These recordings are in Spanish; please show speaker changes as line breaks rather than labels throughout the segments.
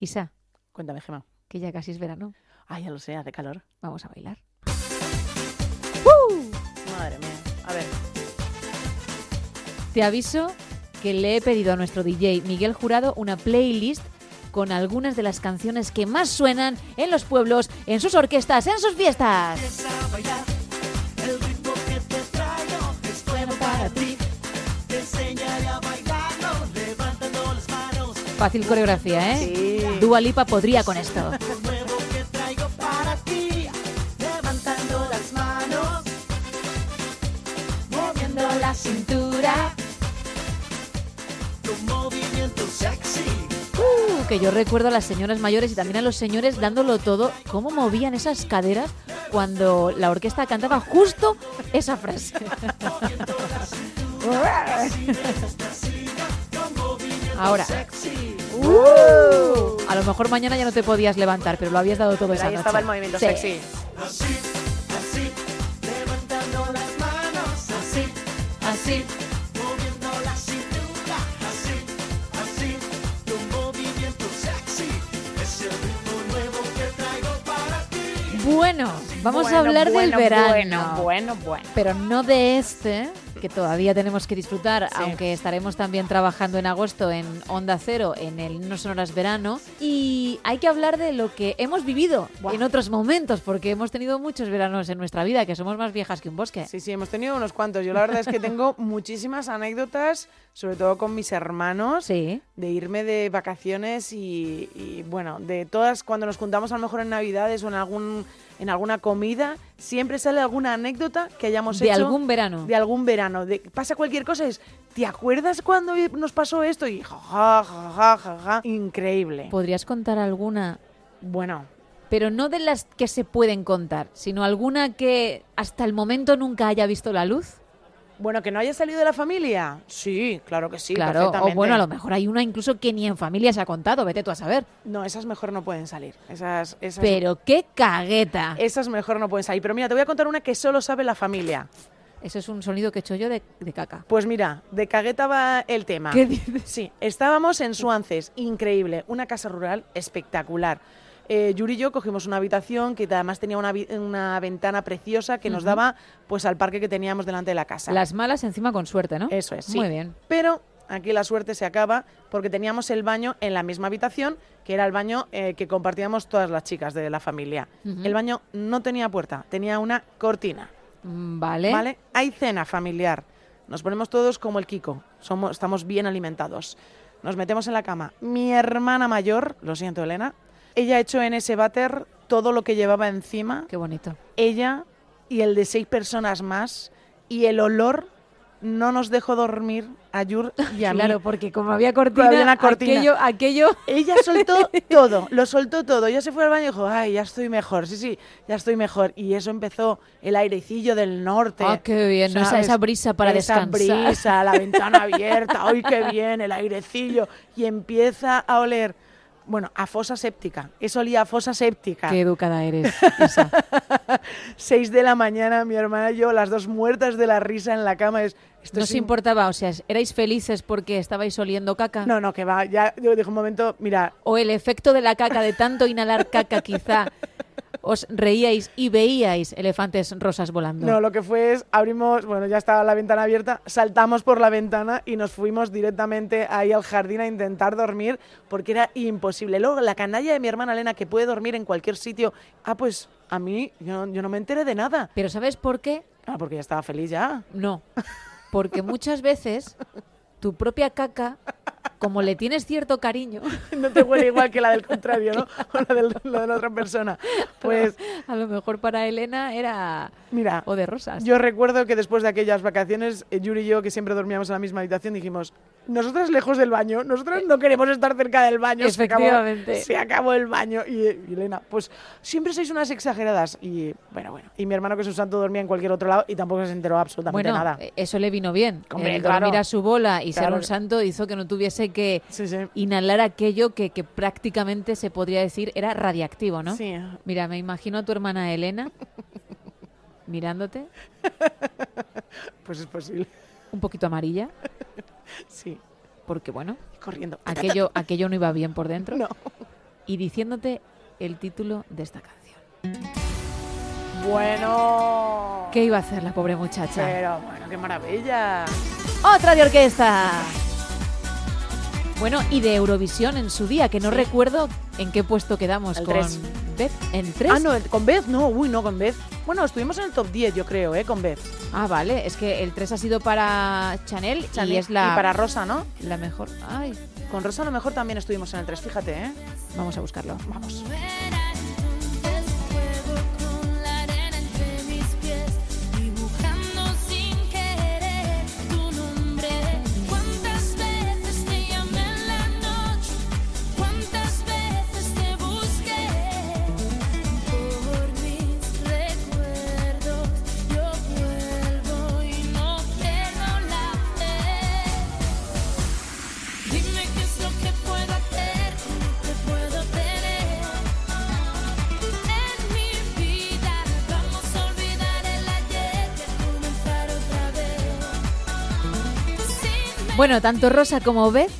Isa,
Cuéntame, Gemma.
que ya casi es verano.
Ay, ya lo sé, hace calor.
Vamos a bailar.
Madre mía. A ver,
Te aviso que le he pedido a nuestro DJ Miguel Jurado una playlist con algunas de las canciones que más suenan en los pueblos, en sus orquestas, en sus fiestas. Fácil coreografía, ¿eh?
sí.
Dua Lipa podría con esto. Uh, que yo recuerdo a las señoras mayores y también a los señores dándolo todo, cómo movían esas caderas cuando la orquesta cantaba justo esa frase. Ahora, uh, a lo mejor mañana ya no te podías levantar, pero lo habías dado todo
Pero
esa
Pues ahí
noche.
estaba el movimiento
Sí.
sexy.
Así. Bueno, vamos
Bueno,
a hablar
bueno,
del verano.
Bueno, bueno, bueno.
pero no de este, que todavía tenemos que disfrutar,
Sí.
aunque estaremos también trabajando en agosto en Onda Cero, en el No Sonoras Verano. Y hay que hablar de lo que hemos vivido
Buah.
en otros momentos, porque hemos tenido muchos veranos en nuestra vida, que somos más viejas que un bosque.
Sí, sí, hemos tenido unos cuantos. Yo la verdad es que tengo muchísimas anécdotas, sobre todo con mis hermanos,
Sí.
de irme de vacaciones y, y, bueno, de todas cuando nos juntamos a lo mejor en Navidades o en algún en alguna comida, siempre sale alguna anécdota que hayamos
de
hecho
algún verano.
de algún verano, de pasa cualquier cosa es, ¿te acuerdas cuando nos pasó esto? Y jaja, jaja, jaja, increíble.
¿Podrías contar alguna?
bueno,
Pero no de las que se pueden contar, sino alguna que hasta el momento nunca haya visto la luz.
bueno, que no haya salido de la familia. Sí, claro que sí,
claro, o
perfectamente.
bueno, a lo mejor hay una incluso que ni en familia se ha contado, vete tú a saber.
No, esas mejor no pueden salir. Esas, esas,
Pero qué cagueta.
esas mejor no pueden salir. Pero mira, te voy a contar una que solo sabe la familia.
Eso es un sonido que he hecho yo de, de caca.
Pues mira, de cagueta va el tema.
¿Qué dices?
Sí, estábamos en Suances, increíble, una casa rural espectacular. Eh, Yuri y yo cogimos una habitación que además tenía una, vi- una ventana preciosa que nos daba pues al parque que teníamos delante de la casa.
Las malas encima con suerte, ¿no?
Eso es, sí.
Muy bien.
Pero aquí la suerte se acaba porque teníamos el baño en la misma habitación, que era el baño eh, que compartíamos todas las chicas de la familia.
Ujú.
El baño no tenía puerta, tenía una cortina.
Mm, Vale.
¿Vale? Hay cena familiar. Nos ponemos todos como el Kiko. Somos, estamos bien alimentados. Nos metemos en la cama. Mi hermana mayor, lo siento Elena, ella echó en ese váter todo lo que llevaba encima.
Qué bonito.
Ella y el de seis personas más. Y el olor no nos dejó dormir a Yur y a mí.
claro, porque como había cortina,
había una cortina.
aquello, aquello
Ella soltó todo, lo soltó todo. Ella se fue al baño y dijo, ay, ya estoy mejor, sí, sí, ya estoy mejor. Y eso empezó el airecillo del norte.
Ah, qué bien, ¿no? Esa-
¿sabes?
esa brisa para
esa
descansar.
brisa, la ventana abierta, ay, qué bien, el airecillo. Y empieza a oler, bueno, a fosa séptica. Eso olía a fosa séptica.
Qué educada eres, Isa.
6 de la mañana, mi hermana y yo, las dos muertas de la risa en la cama. Es, esto
No
es
os
in-
importaba, o sea, ¿erais felices porque estabais oliendo caca?
No, no, que va, ya, yo dije un momento, mira,
¿O el efecto de la caca, de tanto inhalar caca quizá, os reíais y veíais elefantes rosas volando?
No, lo que fue es, abrimos, bueno, ya estaba la ventana abierta, saltamos por la ventana y nos fuimos directamente ahí al jardín a intentar dormir porque era imposible. Luego, la canalla de mi hermana Elena, que puede dormir en cualquier sitio, ah, pues a mí, yo, no- yo no me enteré de nada.
Pero ¿sabes por qué?
Ah, porque ya estaba feliz ya.
No, porque muchas veces tu propia caca, como le tienes cierto cariño,
No te huele igual que la del contrario, ¿no? O la, del- la de la otra persona. Pues,
a lo mejor para Elena era
mira,
o de rosas.
Yo recuerdo que después de aquellas vacaciones, eh, Yuri y yo, que siempre dormíamos en la misma habitación, dijimos, nosotras lejos del baño, nosotras no queremos estar cerca del baño. se acabó-
Efectivamente.
Se acabó, el baño. Y, eh, y Elena, pues siempre sois unas exageradas. Y bueno, bueno. Y mi hermano, que es un santo, dormía en cualquier otro lado y tampoco se enteró absolutamente
bueno,
nada.
eh, eso le vino bien.
Hombre,
El
claro.
dormir a su bola y ser
Claro.
un santo hizo que no tuviese que
sí, sí.
inhalar aquello que, que prácticamente se podría decir era radiactivo, ¿no?
Sí.
Mira, me imagino a tu hermana Elena mirándote,
Pues es posible.
un poquito amarilla,
Sí.
porque bueno,
Corriendo.
aquello, aquello no iba bien por dentro.
No.
y diciéndote el título de esta canción.
Bueno.
¿Qué iba a hacer la pobre muchacha?
Pero bueno, qué maravilla.
Otra de orquesta. Bueno, y de Eurovisión en su día, que no recuerdo en qué puesto quedamos
El
con
tres.
Beth. ¿En tres?
Ah, no, el- con Beth no, uy, no, con Beth. Bueno, estuvimos en el top 10, yo creo, ¿eh? Con Beth.
Ah, vale. Es que el 3 ha sido para Chanel, y
Chanel.
es la,
y para Rosa, ¿no?
la mejor. Ay,
Con Rosa a lo mejor también estuvimos en el 3, fíjate, ¿eh?
vamos a buscarlo. Vamos.
Del fuego con la arena entre mis pies, dibujando sin querer tu nombre. Cuántas veces te llamé en la noche, cuántas veces te busqué. Por mis recuerdos yo vuelvo y no pierdo la fe. Dime qué es lo que puedo hacer, te puedo tener. En mi vida vamos a olvidar el ayer y a comenzar otra vez. Sin me-
Bueno, tanto Rosa como Beth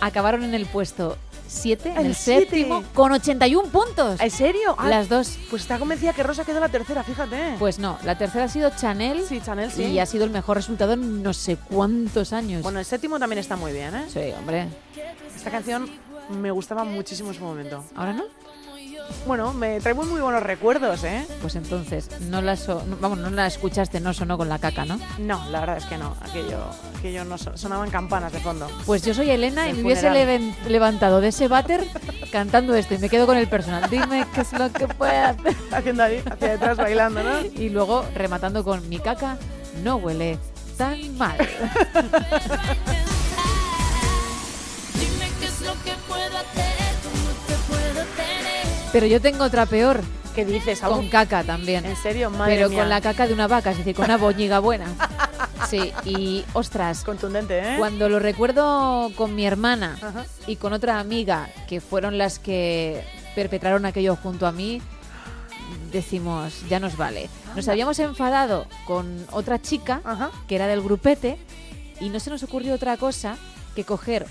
acabaron en el puesto 7, en
El
el, séptimo,
siete.
con 81 puntos.
¿En serio? Ah,
Las dos.
Pues está convencida que Rosa quedó la tercera, fíjate.
Pues no, la tercera ha sido Chanel
sí, Chanel, sí.
y ha sido el mejor resultado en no sé cuántos años.
Bueno, el séptimo también está muy bien, ¿eh?
sí, hombre.
Esta canción me gustaba muchísimo en su momento.
¿Ahora no?
Bueno, me trae muy, muy buenos recuerdos, ¿eh?
Pues entonces, no la, so- no- vamos, no la escuchaste, no sonó con la caca, ¿no?
No, la verdad es que no. Aquello, aquello no so- sonaban campanas de fondo.
Pues yo soy Elena y
Del
me hubiese
funeral.
leven- levantado de ese váter cantando esto y me quedo con el personal. Dime qué es lo que puede hacer.
Haciendo ahí, hacia detrás, bailando, ¿no?
Y luego rematando con mi caca no huele tan mal.
Dime qué es lo que puedo hacer, cómo te puedo tener.
Pero yo tengo otra peor,
¿Qué dices? Abu?
con caca también.
En serio, madre
Pero
mía.
con la caca de una vaca, es decir, con una boñiga buena. Sí, y ostras,
Contundente, ¿eh?
cuando lo recuerdo con mi hermana
Ajá.
y con otra amiga, que fueron las que perpetraron aquello junto a mí, decimos, ya nos vale. Nos habíamos enfadado con otra chica,
Ajá.
que era del grupete, y no se nos ocurrió otra cosa que coger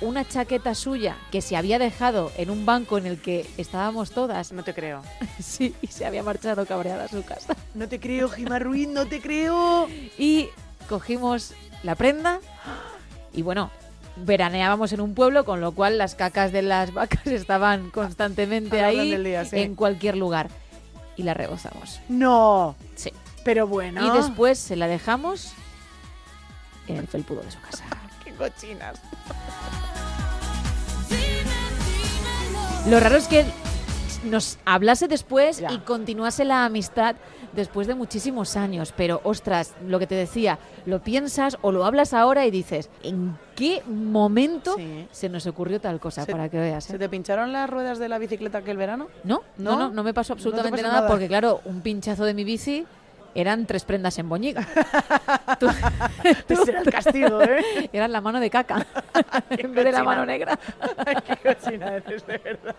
una chaqueta suya que se había dejado en un banco en el que estábamos todas,
No te creo.
sí, y se había marchado cabreada a su casa.
No te creo, Gima Ruiz, no te creo.
Y cogimos la prenda y bueno, veraneábamos en un pueblo, con lo cual las cacas de las vacas estaban constantemente
A la orden
ahí,
del día, sí.
en cualquier lugar. Y la rebozamos.
No.
Sí.
Pero bueno.
Y después se la dejamos en el felpudo de su casa.
Qué cochinas.
Dime, dímelo.
Lo raro es que nos hablase después
Ya.
y continuase la amistad después de muchísimos años. Pero, ostras, lo que te decía, lo piensas o lo hablas ahora y dices, ¿en qué momento
Sí.
se nos ocurrió tal cosa?
Se-
para que veas. ¿eh?
¿Se te pincharon las ruedas de la bicicleta aquel verano?
¿No? ¿No?
¿No?
no, no, me pasó
No te
absolutamente
pasó
nada,
nada.
porque, claro, un pinchazo de mi bici eran tres prendas en boñiga. Tú-
Ese era el castigo, ¿eh?
eran la mano de caca en vez de la
cochina.
mano negra.
Qué cochina eres, de verdad.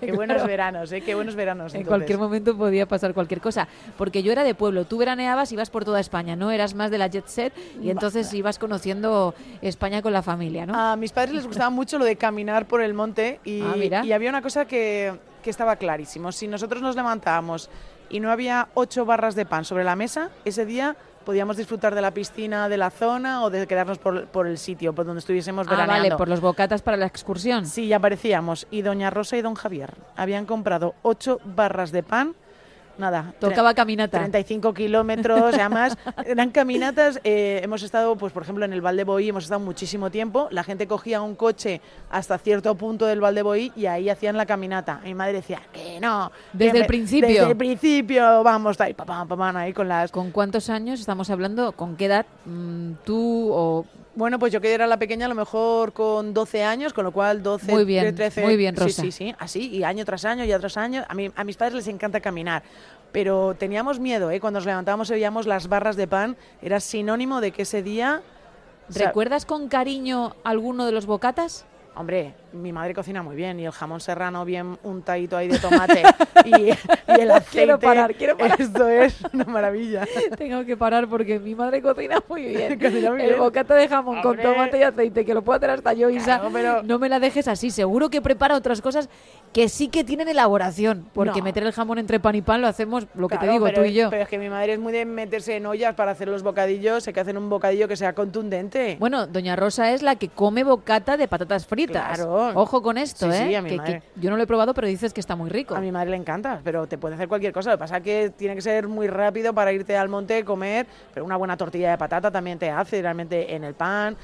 Qué buenos
Claro.
veranos, ¿eh? Qué buenos veranos.
En
entonces.
cualquier momento podía pasar cualquier cosa. Porque yo era de pueblo, tú veraneabas, ibas por toda España, ¿no? Eras más de la jet set y entonces ibas conociendo España con la familia, ¿no?
A mis padres les gustaba mucho lo de caminar por el monte y,
Ah, mira.
y había una cosa que, que estaba clarísimo. Si nosotros nos levantábamos y no había ocho barras de pan sobre la mesa, ese día podíamos disfrutar de la piscina, de la zona o de quedarnos por, por el sitio, por donde estuviésemos
Ah,
veraneando.
vale, por los bocatas para la excursión.
Sí, ya aparecíamos. Y doña Rosa y don Javier habían comprado ocho barras de pan. Nada. tre-
Tocaba caminata.
35 kilómetros, además eran caminatas. eh, hemos estado, pues por ejemplo, en el Valdeboí hemos estado muchísimo tiempo. La gente cogía un coche hasta cierto punto del Valdeboí y ahí hacían la caminata. Mi madre decía que no.
Desde
que
el
me-
principio.
Desde el principio, vamos, ahí, papá, papá, ahí con las.
¿Con cuántos años estamos hablando? ¿Con qué edad mm, tú o...?
Bueno, pues yo que era la pequeña, a lo mejor con 12 años, con lo cual 12,
Muy bien,
13.
muy bien, Rosa.
Sí, sí, sí, así, y año tras año, y a tras año. A, mí, a mis padres les encanta caminar, pero teníamos miedo, ¿eh? Cuando nos levantábamos y veíamos las barras de pan, era sinónimo de que ese día. o sea,
¿Recuerdas con cariño alguno de los bocatas?
Hombre, mi madre cocina muy bien y el jamón serrano bien untadito ahí de tomate y, y el aceite.
Quiero parar, quiero parar.
Esto es una maravilla.
Tengo que parar porque mi madre cocina muy bien.
Cocina muy
el
bien.
bocata de jamón con
Hombre.
tomate y aceite, que lo puedo hacer hasta yo, Isa.
Claro, pero-
No me la dejes así. Seguro que prepara otras cosas que sí que tienen elaboración. Porque
No.
meter el jamón entre pan y pan lo hacemos, lo que te
Claro,
digo,
pero,
tú y yo.
Pero es que mi madre es muy de meterse en ollas para hacer los bocadillos, hay que hacer un bocadillo que sea contundente.
Bueno, Doña Rosa es la que come bocata de patatas fritas.
Claro.
Ojo con esto,
Sí,
¿eh?
sí, a mi
que,
madre.
que yo no lo he probado, pero dices que está muy rico.
a mi madre le encanta, pero te puede hacer cualquier cosa. Lo que pasa es que tiene que ser muy rápido para irte al monte, comer, pero una buena tortilla de patata también te hace, realmente en el pan,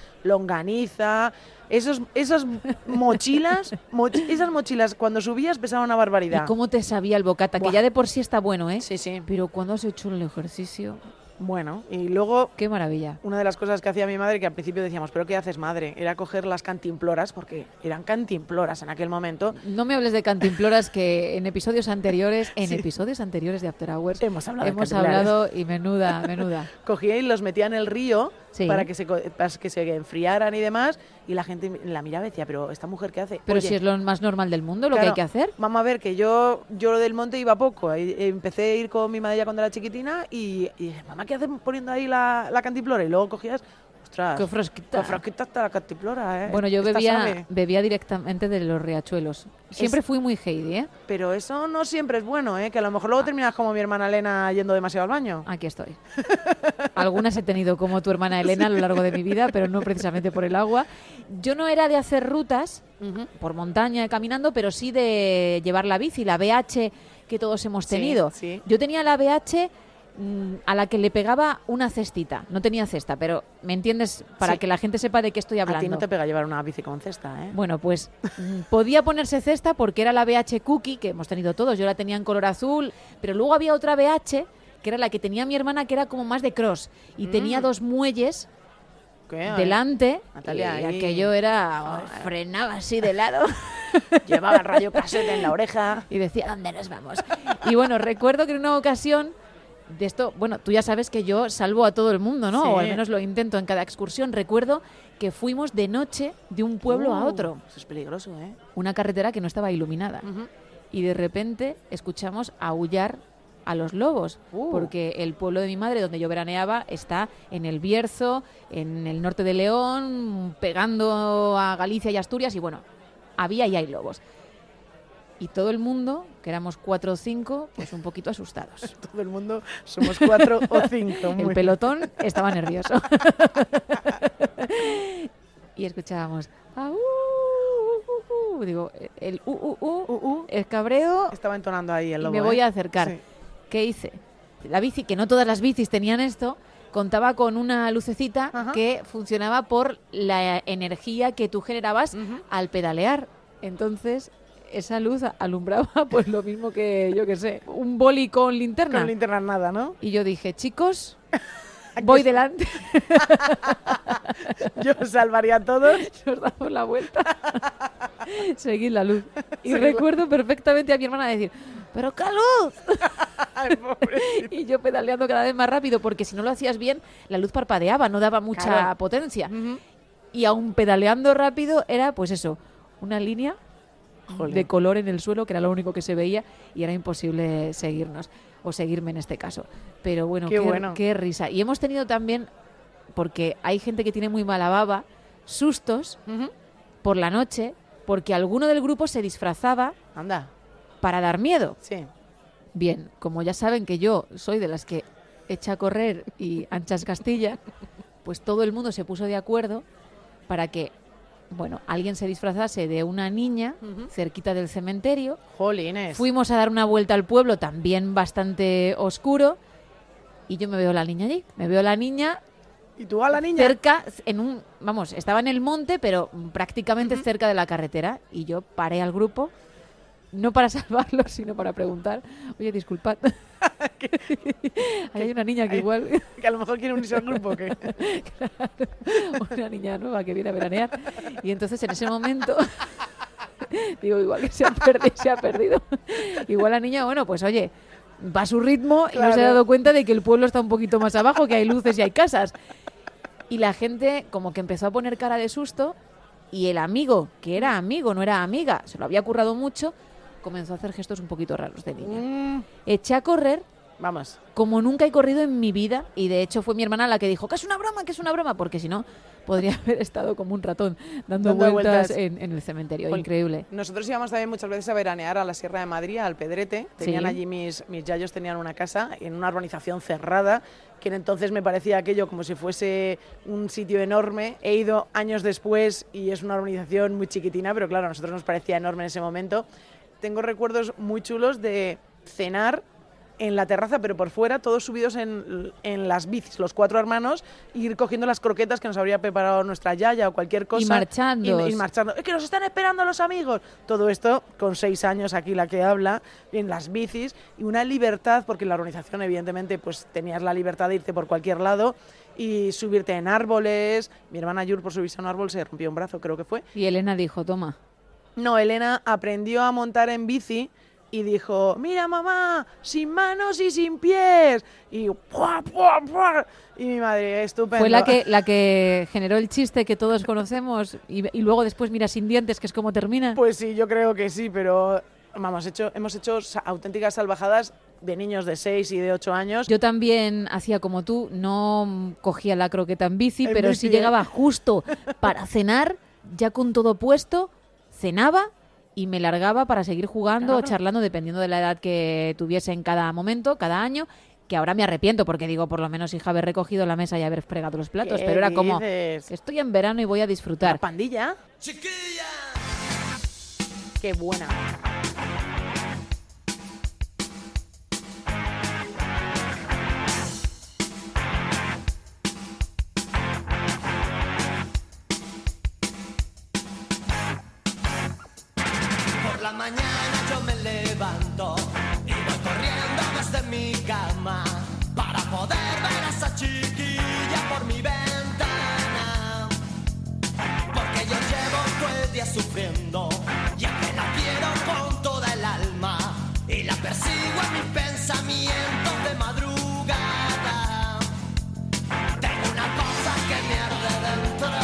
longaniza. Esos, esas mochilas, moch- esas mochilas cuando subías pesaban una
¿Y
barbaridad.
cómo te sabía el bocata?
Buah.
Que ya de por sí está bueno, ¿eh?
Sí, sí.
Pero cuando has hecho el ejercicio,
Bueno, y luego
qué maravilla.
Una de las cosas que hacía mi madre, que al principio decíamos, ¿pero qué haces, madre? Era coger las cantimploras, porque eran cantimploras en aquel momento.
No me hables de cantimploras que en episodios anteriores, en
Sí.
episodios anteriores de After Hours,
Hemos hablado de
hemos
cantimploras.
hablado y menuda, menuda.
Cogía y los metía en el río
Sí.
para, que se, co- para que se enfriaran y demás. Y la gente la miraba y decía, ¿pero esta mujer qué hace?
Pero
Oye,
si es lo más normal del mundo, lo que
claro,
hay que hacer.
Vamos a ver, que yo, yo lo del monte iba poco. Ahí, eh, Empecé a ir con mi madre ya cuando era chiquitina y, y dije, mamá, ¿qué haces poniendo ahí la, la cantimplora? Y luego cogías, ostras,
Qué
qué
fresquita.
fresquita está la cantimplora, ¿eh?
Bueno, yo
Esta
bebía,
sabe".
bebía directamente de los riachuelos. Siempre fui muy Heidi, ¿eh?
Pero eso no siempre es bueno, ¿eh? Que a lo mejor luego terminas como mi hermana Elena yendo demasiado al baño.
Aquí estoy. Algunas he tenido como tu hermana Elena a lo largo de mi vida, pero no precisamente por el agua. Yo no era de hacer rutas por montaña caminando, pero sí de llevar la bici, la BH que todos hemos
Sí,
tenido.
sí.
Yo tenía la BH mm, a la que le pegaba una cestita. No tenía cesta, pero ¿me entiendes? Para
Sí.
que la gente sepa de qué estoy hablando.
A ti no te pega llevar una bici con cesta, ¿eh?
Bueno, pues mm, podía ponerse cesta porque era la BH Cookie, que hemos tenido todos, yo la tenía en color azul, pero luego había otra BH, que era la que tenía mi hermana, que era como más de cross, y
Mm.
tenía dos muelles
¿Qué?
delante,
Eh, Natalia,
y
ahí.
aquello era, frenaba así de lado.
Llevaba el radio cassette en la oreja.
y decía, ¿dónde nos vamos? Y bueno, recuerdo que en una ocasión de esto, bueno, tú ya sabes que yo salvo a todo el mundo, ¿no?
Sí.
O al menos lo intento en cada excursión. Recuerdo que fuimos de noche de un pueblo a
Uh,
otro.
Eso es peligroso, ¿eh?
una carretera que no estaba iluminada.
Ujú.
Y de repente escuchamos aullar a los lobos,
Uh.
porque el pueblo de mi madre, donde yo veraneaba, está en el Bierzo, en el norte de León, pegando a Galicia y Asturias, y bueno, había y hay lobos. Y todo el mundo, que éramos cuatro o cinco, pues un poquito asustados.
Todo el mundo somos cuatro o cinco.
El
muy-
pelotón estaba nervioso. y escuchábamos. "Aú, uh, uh, uh". Digo, el uh, uh, uh,
Uh, uh.
el cabreo
Estaba entonando ahí el
y
lobo.
me voy
¿eh?
a acercar.
Sí.
¿Qué hice? La bici, que no todas las bicis tenían esto, contaba con una lucecita
Ajá.
que funcionaba por la energía que tú generabas
Ujú.
al pedalear. Entonces, esa luz alumbraba pues lo mismo que, yo qué sé, un boli con linterna.
Con linterna nada, ¿no?
Y yo dije, chicos, voy delante,
Yo os salvaría a todos.
nos damos la vuelta. Seguid la luz. Y
Seguid la-
recuerdo perfectamente a mi hermana decir, pero qué luz.
Ay, pobrecito.
Y yo pedaleando cada vez más rápido, porque si no lo hacías bien, la luz parpadeaba, no daba mucha
Claro.
potencia.
Ujú.
Y aún pedaleando rápido era, pues eso, una línea
Jolín.
de color en el suelo, que era lo único que se veía, y era imposible seguirnos, o seguirme en este caso. Pero bueno,
Qué bueno.
qué risa. Y hemos tenido también, porque hay gente que tiene muy mala baba, sustos
Ujú.
por la noche, porque alguno del grupo se disfrazaba
Anda,
para dar miedo.
sí.
Bien, como ya saben que yo soy de las que echa a correr y anchas Castilla, pues todo el mundo se puso de acuerdo para que, bueno, alguien se disfrazase de una niña
Ujú.
cerquita del cementerio.
Jolines.
Fuimos a dar una vuelta al pueblo, también bastante oscuro, y yo me veo la niña allí. Me veo la niña
¿Y tú a la niña?
cerca, en un, vamos, estaba en el monte, pero prácticamente cerca de la carretera, y yo paré al grupo. No para salvarlo, sino para preguntar. Oye, disculpad. Ahí hay una niña que
Ay.
igual,
Que a lo mejor quiere unirse al grupo, ¿o qué?
una niña nueva que viene a veranear. Y entonces en ese momento, digo, igual que se ha perdido, se ha perdido. Igual la niña, bueno, pues oye, va a su ritmo y no se ha
Claro.
dado cuenta de que el pueblo está un poquito más abajo, que hay luces y hay casas. Y la gente como que empezó a poner cara de susto Y el amigo, que era amigo, no era amiga, se lo había currado mucho, comenzó a hacer gestos un poquito raros de niña.
Mm,
Eché a correr
vamos.
como nunca he corrido en mi vida y de hecho fue mi hermana la que dijo que es una broma, que es una broma, porque si no podría haber estado como un ratón dando,
Dando
vueltas,
vueltas.
En, en el cementerio.
Jolín.
Increíble.
Nosotros íbamos también muchas veces a veranear a la Sierra de Madrid, al Pedrete. Tenían
Sí.
allí mis, mis yayos, tenían una casa en una urbanización cerrada, que en entonces me parecía aquello como si fuese un sitio enorme. He ido años después y es una urbanización muy chiquitina, pero claro, a nosotros nos parecía enorme en ese momento. Tengo recuerdos muy chulos de cenar en la terraza, pero por fuera, todos subidos en, en las bicis, los cuatro hermanos, e ir cogiendo las croquetas que nos habría preparado nuestra yaya o cualquier cosa.
marchando.
y- y marchando. Es que nos están esperando los amigos. Todo esto con seis años aquí la que habla, en las bicis y una libertad, porque en la organización evidentemente pues tenías la libertad de irte por cualquier lado y subirte en árboles. Mi hermana Yur por subirse a un árbol se rompió un brazo, creo que fue.
Y Elena dijo, toma,
No, Elena aprendió a montar en bici y dijo, mira mamá, sin manos y sin pies. Y, ¡pua, pua, pua! y mi madre, estupendo.
fue la que, la que generó el chiste que todos conocemos y, y luego después mira sin dientes, que es como termina.
Pues sí, yo creo que sí, pero vamos, hecho, hemos hecho sa- auténticas salvajadas de niños de 6 y de 8 años.
Yo también hacía como tú, no mm, cogía la croqueta en bici,
En
pero
bici,
si
¿eh?
llegaba justo para cenar, ya con todo puesto, cenaba y me largaba para seguir jugando o
Claro.
charlando, dependiendo de la edad que tuviese en cada momento, cada año. Que ahora me arrepiento porque digo, por lo menos, hija, haber recogido la mesa y haber fregado los platos.
¿Qué
Pero era como,
dices?
que estoy en verano y voy a
La
disfrutar.
pandilla, qué buena.
Por la mañana yo me levanto y voy corriendo desde mi cama para poder ver a esa chiquilla por mi ventana. Porque yo llevo todo el día sufriendo y es que la quiero con toda el alma y la persigo en mis pensamientos de madrugada. Tengo una cosa que me arde dentro,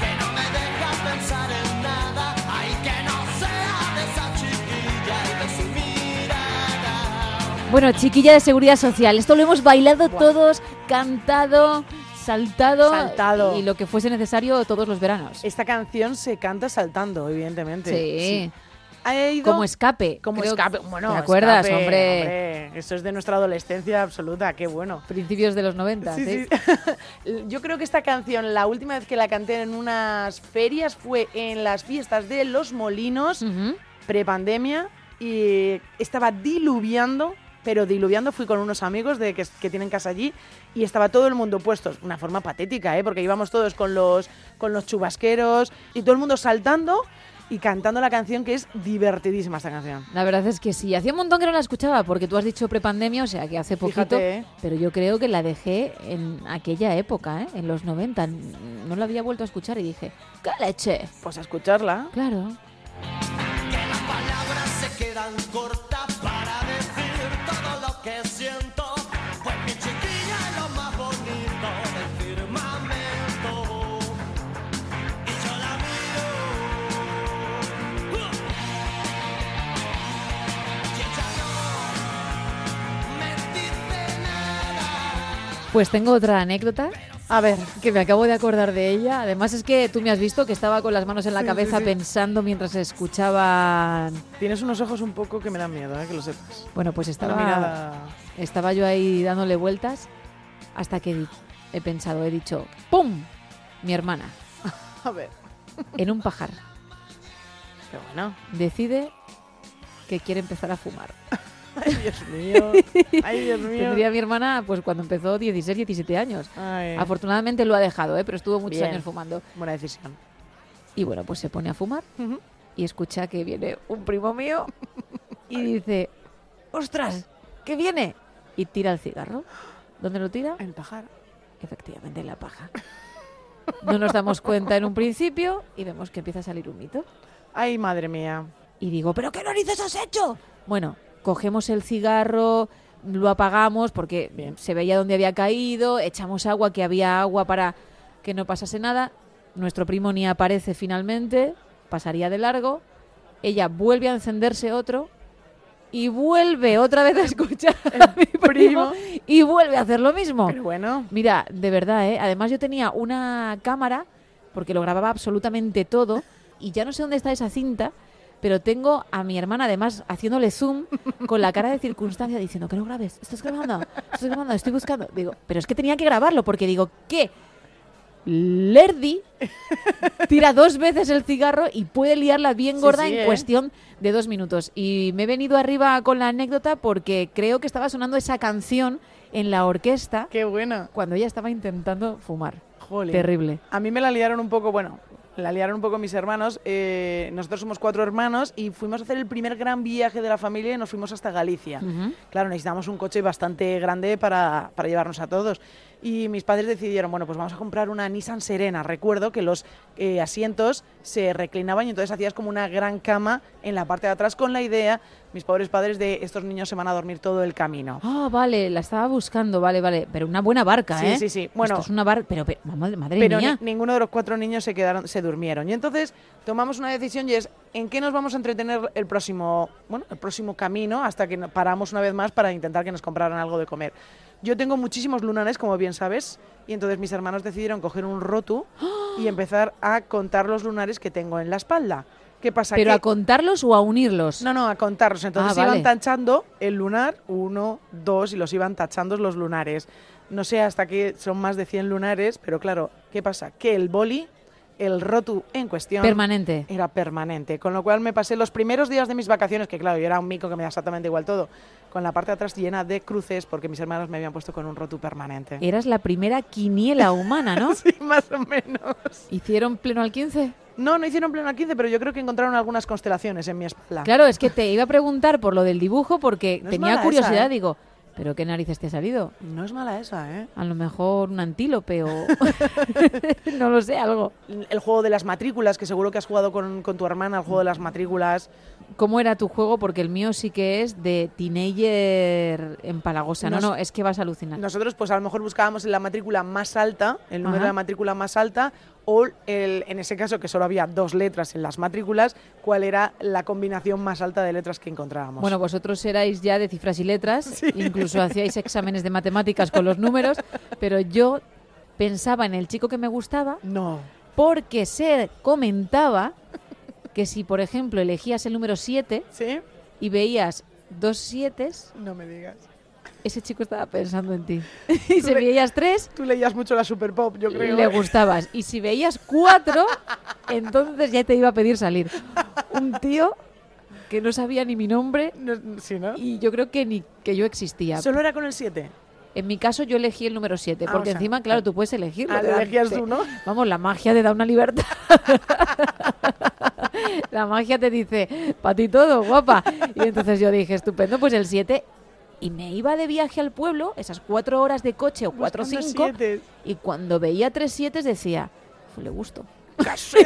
que no me deja pensar en nada, ay que no sea de esa chiquilla y de su mirada.
Bueno, chiquilla de seguridad social, esto lo hemos bailado
Buah.
todos, cantado, saltado,
Saltado.
y lo que fuese necesario todos los veranos.
Esta canción se canta saltando, evidentemente.
Sí.
Ha ido
Como escape.
como
creo-
escape. Bueno,
¿Te acuerdas,
escape,
hombre?
hombre? Eso es de nuestra adolescencia absoluta, qué bueno.
Principios de los 90, sí.
Sí, sí. Yo creo que esta canción, la última vez que la canté en unas ferias fue en las fiestas de Los Molinos,
Ujú.
prepandemia, y estaba diluviando, pero diluviando fui con unos amigos de que, que tienen casa allí, y estaba todo el mundo puesto, una forma patética, ¿eh? porque íbamos todos con los, con los chubasqueros, y todo el mundo saltando y cantando la canción, que es divertidísima esta canción.
La verdad es que sí. Hacía un montón que no la escuchaba, porque tú has dicho prepandemia, o sea que hace poquito.
Fíjate, ¿eh?
Pero yo creo que la dejé en aquella época, ¿eh? en los 90. No la había vuelto a escuchar y dije, ¡qué leche!
Pues a escucharla.
Claro.
Que las palabras se quedan cortas para decir todo lo que siento, pues mi chiquilla es lo más bonito del firmamento. Y yo la miro. ¡uh! Y ella no me dice nada.
Pues tengo otra anécdota
A ver,
que me acabo de acordar de ella. Además es que tú me has visto que estaba con las manos en la
Sí, sí,
cabeza
sí.
pensando mientras escuchaban...
tienes unos ojos un poco que me dan miedo, ¿eh? que lo sepas.
Bueno, pues
Una
estaba...
mirada.
Estaba yo ahí dándole vueltas hasta que di- he pensado, he dicho, ¡pum! Mi hermana,
A ver.
en un pajar,
Pero bueno.
decide que quiere empezar a fumar.
Ay, Dios mío. Ay, Dios mío.
Tendría mi hermana, pues cuando empezó, 16, 17 años.
Ay,
Afortunadamente lo ha dejado, ¿eh? pero estuvo muchos
Bien.
años fumando.
buena decisión.
Y bueno, pues se pone a fumar y escucha que viene un primo mío y dice, ¡ostras! ¿Qué viene? Y tira el cigarro. ¿Dónde lo tira?
El pajar.
Efectivamente, la paja. No nos damos cuenta en un principio y vemos que empieza a salir un mito.
Ay, madre mía.
Y digo, ¿pero qué narices has hecho? Bueno, cogemos el cigarro, lo apagamos porque se veía dónde había caído, echamos agua, que había agua para que no pasase nada. Nuestro primo ni aparece finalmente, pasaría de largo. Ella vuelve a encenderse otro y vuelve otra vez a escuchar a mi primo,
primo.
y vuelve a hacer lo mismo.
Pero bueno,
Mira, de verdad, ¿eh? Además yo tenía una cámara, porque lo grababa absolutamente todo, y ya no sé dónde está esa cinta, pero tengo a mi hermana además haciéndole zoom con la cara de circunstancia diciendo, que no grabes, estás grabando, estás grabando, estoy buscando. Digo, pero es que tenía que grabarlo, porque digo, ¿qué? Lerdi tira dos veces el cigarro y puede liarla bien
Sí,
gorda
sí,
en
¿eh?
cuestión de dos minutos. Y me he venido arriba con la anécdota porque creo que estaba sonando esa canción en la orquesta
qué buena.
cuando ella estaba intentando fumar.
Jolín.
Terrible.
A mí me la liaron un poco, bueno, la liaron un poco mis hermanos. eh, nosotros somos cuatro hermanos y fuimos a hacer el primer gran viaje de la familia y nos fuimos hasta Galicia.
Ujú.
Claro, necesitamos un coche bastante grande para, para llevarnos a todos. Y mis padres decidieron, bueno, pues vamos a comprar una Nissan Serena. Recuerdo que los eh, asientos se reclinaban y entonces hacías como una gran cama en la parte de atrás con la idea, mis pobres padres, de estos niños se van a dormir todo el camino.
Ah, vale, la estaba buscando, vale, vale. Pero una buena barca,
Sí,
¿eh?
sí, sí. Bueno.
Esto es una barca, pero, pero, madre, madre
pero
mía.
ni- ninguno de los cuatro niños se quedaron se durmieron y entonces tomamos una decisión y es en qué nos vamos a entretener el próximo bueno el próximo camino hasta que no- paramos una vez más para intentar que nos compraran algo de comer yo tengo muchísimos lunares como bien sabes y entonces mis hermanos decidieron coger un rotu y empezar a contar los lunares que tengo en la espalda qué pasa
pero
que
a contarlos o a unirlos.
no, no, a contarlos. Entonces
Ah, vale.
iban tachando el lunar, uno, dos, y los iban tachando los lunares. No sé hasta qué son más de 100 lunares, pero claro, ¿qué pasa? Que el boli, el rotu en cuestión,
Permanente.
era permanente. Con lo cual me pasé los primeros días de mis vacaciones, que claro, yo era un mico que me da exactamente igual todo, con la parte de atrás llena de cruces porque mis hermanos me habían puesto con un rotu permanente.
Eras la primera quiniela humana, ¿no?
Sí, más o menos.
¿Hicieron pleno al 15?
No, no hicieron pleno al 15, pero yo creo que encontraron algunas constelaciones en mi espalda.
Claro, es que te iba a preguntar por lo del dibujo porque
Ah. No es
tenía
mala
curiosidad.
esa, ¿eh?
Digo, ¿pero qué narices te ha salido?
No es mala esa, ¿eh?
A lo mejor un antílope o. no lo sé, algo.
el juego de las matrículas, que seguro que has jugado con, con tu hermana al juego de las matrículas.
¿Cómo era tu juego? Porque el mío sí que es de teenager empalagosa. No,
Nos-
no, es que vas a alucinar.
Nosotros, pues a lo mejor buscábamos en la matrícula más alta, el número
Ajá.
de la matrícula más alta, o el, en ese caso, que solo había dos letras en las matrículas, cuál era la combinación más alta de letras que encontrábamos.
Bueno, vosotros erais ya de cifras y letras, incluso hacíais exámenes de matemáticas con los números, pero yo pensaba en el chico que me gustaba
no.
porque se comentaba que si, por ejemplo, elegías el número 7
¿Sí?
y veías dos sietes,
No me digas.
ese chico estaba pensando en ti. Y si veías tres,
Tú leías mucho la Super Pop, yo creo.
le gustabas. Y si veías cuatro, entonces ya te iba a pedir salir. Un tío que no sabía ni mi nombre
No- ¿Sí, no?
y yo creo que ni que yo existía.
Solo era con el 7.
En mi caso yo elegí el número 7,
Ah,
porque
o sea,
encima, claro, tú puedes elegirlo.
Ah,
te
lo
da-
elegías
te-
tú, ¿no?
Vamos, la magia te da una libertad. la magia te dice, para ti todo, guapa. Y entonces yo dije, estupendo, pues el 7. Y me iba de viaje al pueblo, esas cuatro horas de coche o cuatro o
Buscando
cinco,
sietes.
y cuando veía tres siete decía, "Fu, le gusto.
Casi.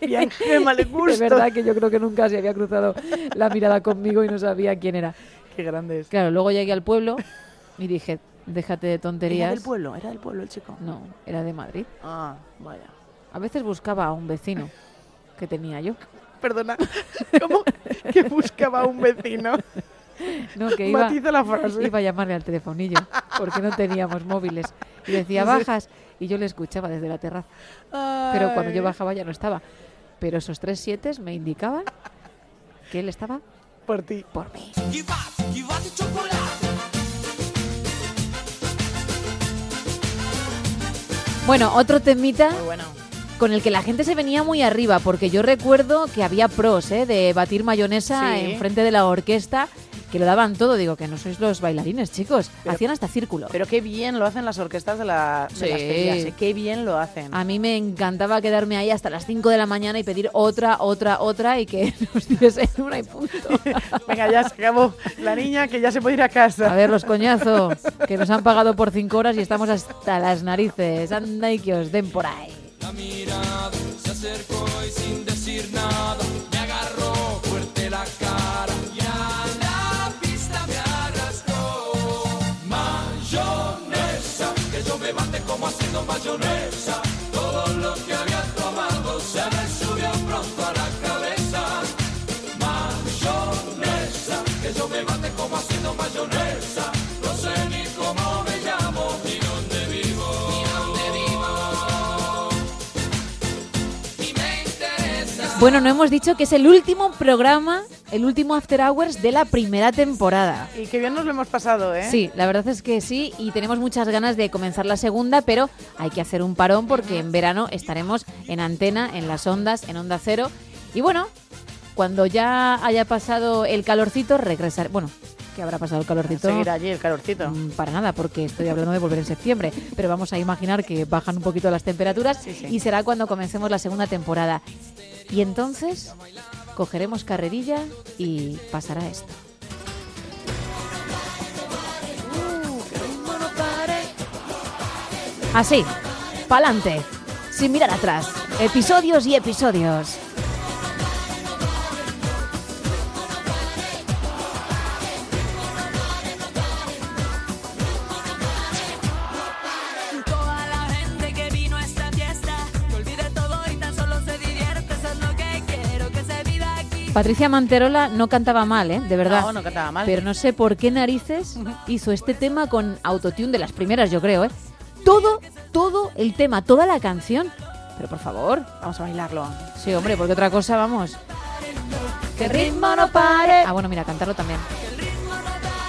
Bien, Gema, le
Es
gusta.
verdad que yo creo que nunca se había cruzado la mirada conmigo y no sabía quién era.
Qué grande es.
Claro, luego llegué al pueblo y dije, déjate de tonterías.
Era del pueblo, era del pueblo el chico.
No, era de Madrid.
Ah, vaya.
A veces buscaba a un vecino que tenía yo.
Perdona, ¿cómo que buscaba un vecino?
No, que iba,
Matiza la frase.
iba a llamarle al telefonillo, porque no teníamos móviles. Y decía, bajas, y yo le escuchaba desde la terraza. Pero cuando yo
Ay.
bajaba ya no estaba. Pero esos tres siete me indicaban que él estaba
Por ti.
por mí.
Give up, give up tu chocolate.
Bueno, otro temita
bueno.
con el que la gente se venía muy arriba, porque yo recuerdo que había pros ¿eh? de batir mayonesa
Sí.
en frente de la orquesta, que lo daban todo. Digo, que no sois los bailarines, chicos. Hacían hasta círculo.
Pero qué bien lo hacen las orquestas de, la, de
Sí. Ah,
las ferias, ¿eh? qué bien lo hacen.
A mí me encantaba quedarme ahí hasta las 5 de la mañana y pedir otra, otra, otra y que nos diesen una y punto.
Venga, ya se acabó la niña que ya se puede ir a
A
casa.
ver, los coñazos, que nos han pagado por 5 horas y estamos hasta las narices. Anda y que os den por ahí.
La mirada se acercó y sin decir nada me agarró fuerte la cara y a la pista me arrastró. Mayonesa, que yo me maté como haciendo mayonesa. Todo lo que había tomado.
Bueno, no hemos dicho que es el último programa, el último After Hours de la primera temporada.
Y qué bien nos lo hemos pasado, ¿eh?
Sí, la verdad es que sí, y tenemos muchas ganas de comenzar la segunda, pero hay que hacer un parón porque en verano estaremos en antena, en las ondas, en onda cero. Y bueno, cuando ya haya pasado el calorcito, regresar. Bueno, que habrá pasado el calorcito.
Seguir allí el calorcito.
Mm, Para nada, porque estoy hablando de volver en septiembre, pero vamos a imaginar que bajan un poquito las temperaturas
sí.
y será cuando comencemos la segunda temporada. Y entonces cogeremos carrerilla y pasará esto. Así, pa'lante, sin mirar atrás, episodios y episodios.
Toda la gente que vino a esta fiesta, que olvide todo y tan solo se divierte, eso es lo que quiero, que se viva aquí.
Patricia Manterola no cantaba mal, ¿eh? De verdad.
No, no cantaba mal.
Pero no sé por qué narices hizo este tema con autotune de las primeras, yo creo, ¿eh? Todo, todo el tema, toda la canción. Pero por favor.
Vamos a bailarlo.
Sí, hombre, porque otra cosa, vamos. Que ritmo no pare. Ah, bueno, mira, cantarlo también.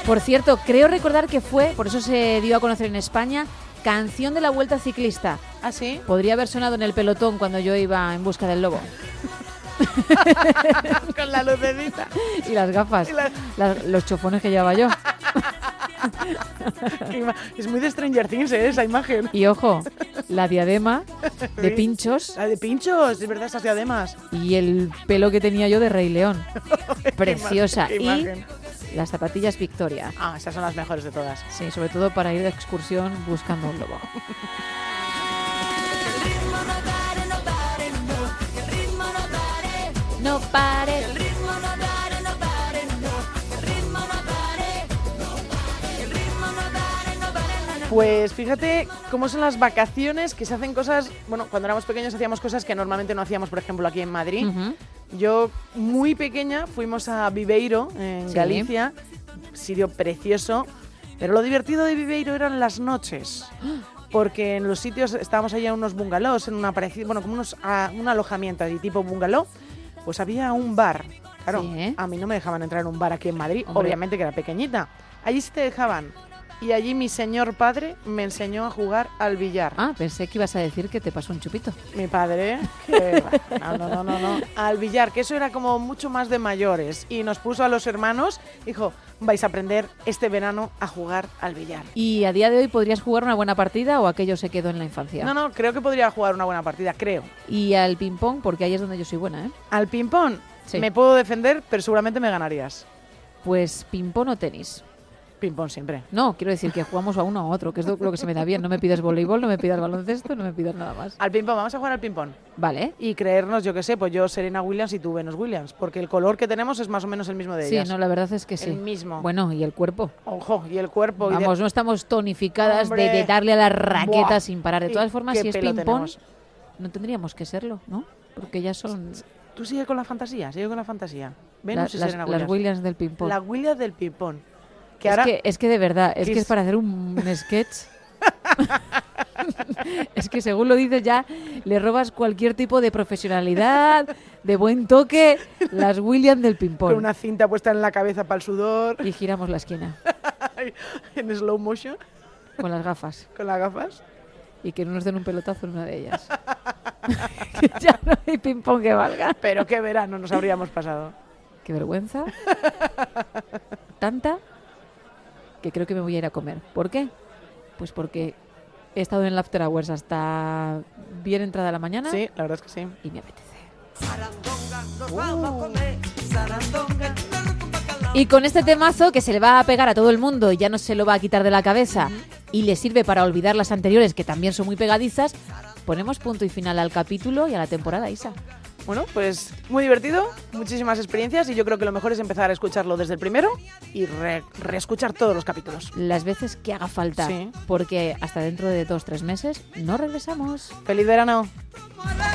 Por cierto, creo recordar que fue, por eso se dio a conocer en España, canción de la Vuelta Ciclista.
¿Ah, sí?
Podría haber sonado en el pelotón cuando yo iba en busca del lobo.
Con la lucecita.
Y las gafas.
Y las-
Las- los chofones que llevaba yo.
Qué ima- Es muy de Stranger Things, ¿eh? Esa imagen.
Y ojo, la diadema de
Sí.
pinchos
La de pinchos, es verdad, esas diademas.
y el pelo que tenía yo de Rey León.
Qué
Preciosa.
ima- qué
Y
imagen.
las zapatillas Victoria.
Ah, esas son las mejores de todas.
Sí, sobre todo para ir de excursión buscando un lobo. No pare.
Pues fíjate cómo son las vacaciones, que se hacen cosas, bueno, cuando éramos pequeños hacíamos cosas que normalmente no hacíamos, por ejemplo, aquí en Madrid.
Ujú.
Yo, muy pequeña, fuimos a Viveiro, en
Sí.
Galicia, sitio precioso, pero lo divertido de Viveiro eran las noches. Porque en los sitios estábamos allá en unos bungalows, en una pareci- bueno, como unos, a- un alojamiento de tipo bungalow, pues había un bar. Claro,
Sí, ¿eh?
a mí no me dejaban entrar en un bar aquí en Madrid,
Hombre.
obviamente que era pequeñita. Allí sí te dejaban. Y allí mi señor padre me enseñó a jugar al billar.
Ah, pensé que ibas a decir que te pasó un chupito.
Mi padre, que va, no, no, no, no, no. al billar, que eso era como mucho más de mayores, y nos puso a los hermanos, dijo, vais a aprender este verano a jugar al billar.
¿Y a día de hoy podrías jugar una buena partida o aquello se quedó en la infancia?
No, no, creo que podría jugar una buena partida, creo.
Y al ping-pong, porque ahí es donde yo soy buena, ¿eh?
Al ping-pong
Sí.
me puedo defender, pero seguramente me ganarías.
Pues ping-pong o tenis.
Ping-pong siempre.
No, quiero decir que jugamos a uno o a otro, que es lo lo que se me da bien. No me pidas voleibol, no me pidas baloncesto, no me pidas nada más.
Al ping-pong, vamos a jugar al ping-pong.
Vale.
Y creernos, yo qué sé, pues yo Serena Williams y tú Venus Williams, porque el color que tenemos es más o menos el mismo de
Sí,
ellas.
no, la verdad es que sí.
El mismo.
Bueno, y el cuerpo.
Ojo, y el cuerpo. y de-
Vamos, no estamos tonificadas de- de,
Hombre.
darle a la raqueta
Buah.
sin parar. De
¿Y
todas formas,
qué
si es
pelo
ping-pong,
tenemos?
no tendríamos que serlo, ¿no? Porque ya son
Tú sigue con la fantasía, sigue con la fantasía.
la-
Venus y
las,
Serena
las Williams del ping-pong.
La Williams del ping-pong. Que
es,
ahora
que, es que de verdad, es
que
que es
es-
para hacer un, un sketch. es que según lo dices ya, le robas cualquier tipo de profesionalidad, de buen toque, las Williams del ping-pong.
con una cinta puesta en la cabeza para el sudor,
Y giramos la esquina
en slow motion,
con las gafas
con las gafas.
y que no nos den un pelotazo en una de ellas. que ya no hay ping-pong que valga.
Pero qué verano nos habríamos pasado.
Qué vergüenza. Tanta que creo que me voy a ir a comer. ¿Por qué? Pues porque he estado en el After Hours hasta bien entrada la mañana
Sí, la verdad es que sí.
y me apetece. Y con este temazo que se le va a pegar a todo el mundo y ya no se lo va a quitar de la cabeza y le sirve para olvidar las anteriores que también son muy pegadizas, ponemos punto y final al capítulo y a la temporada, Isa.
Bueno, pues muy divertido, muchísimas experiencias y yo creo que lo mejor es empezar a escucharlo desde el primero y re- reescuchar todos los capítulos.
Las veces que haga falta,
Sí.
porque hasta dentro de dos, tres meses no regresamos.
¡Feliz verano!
Volver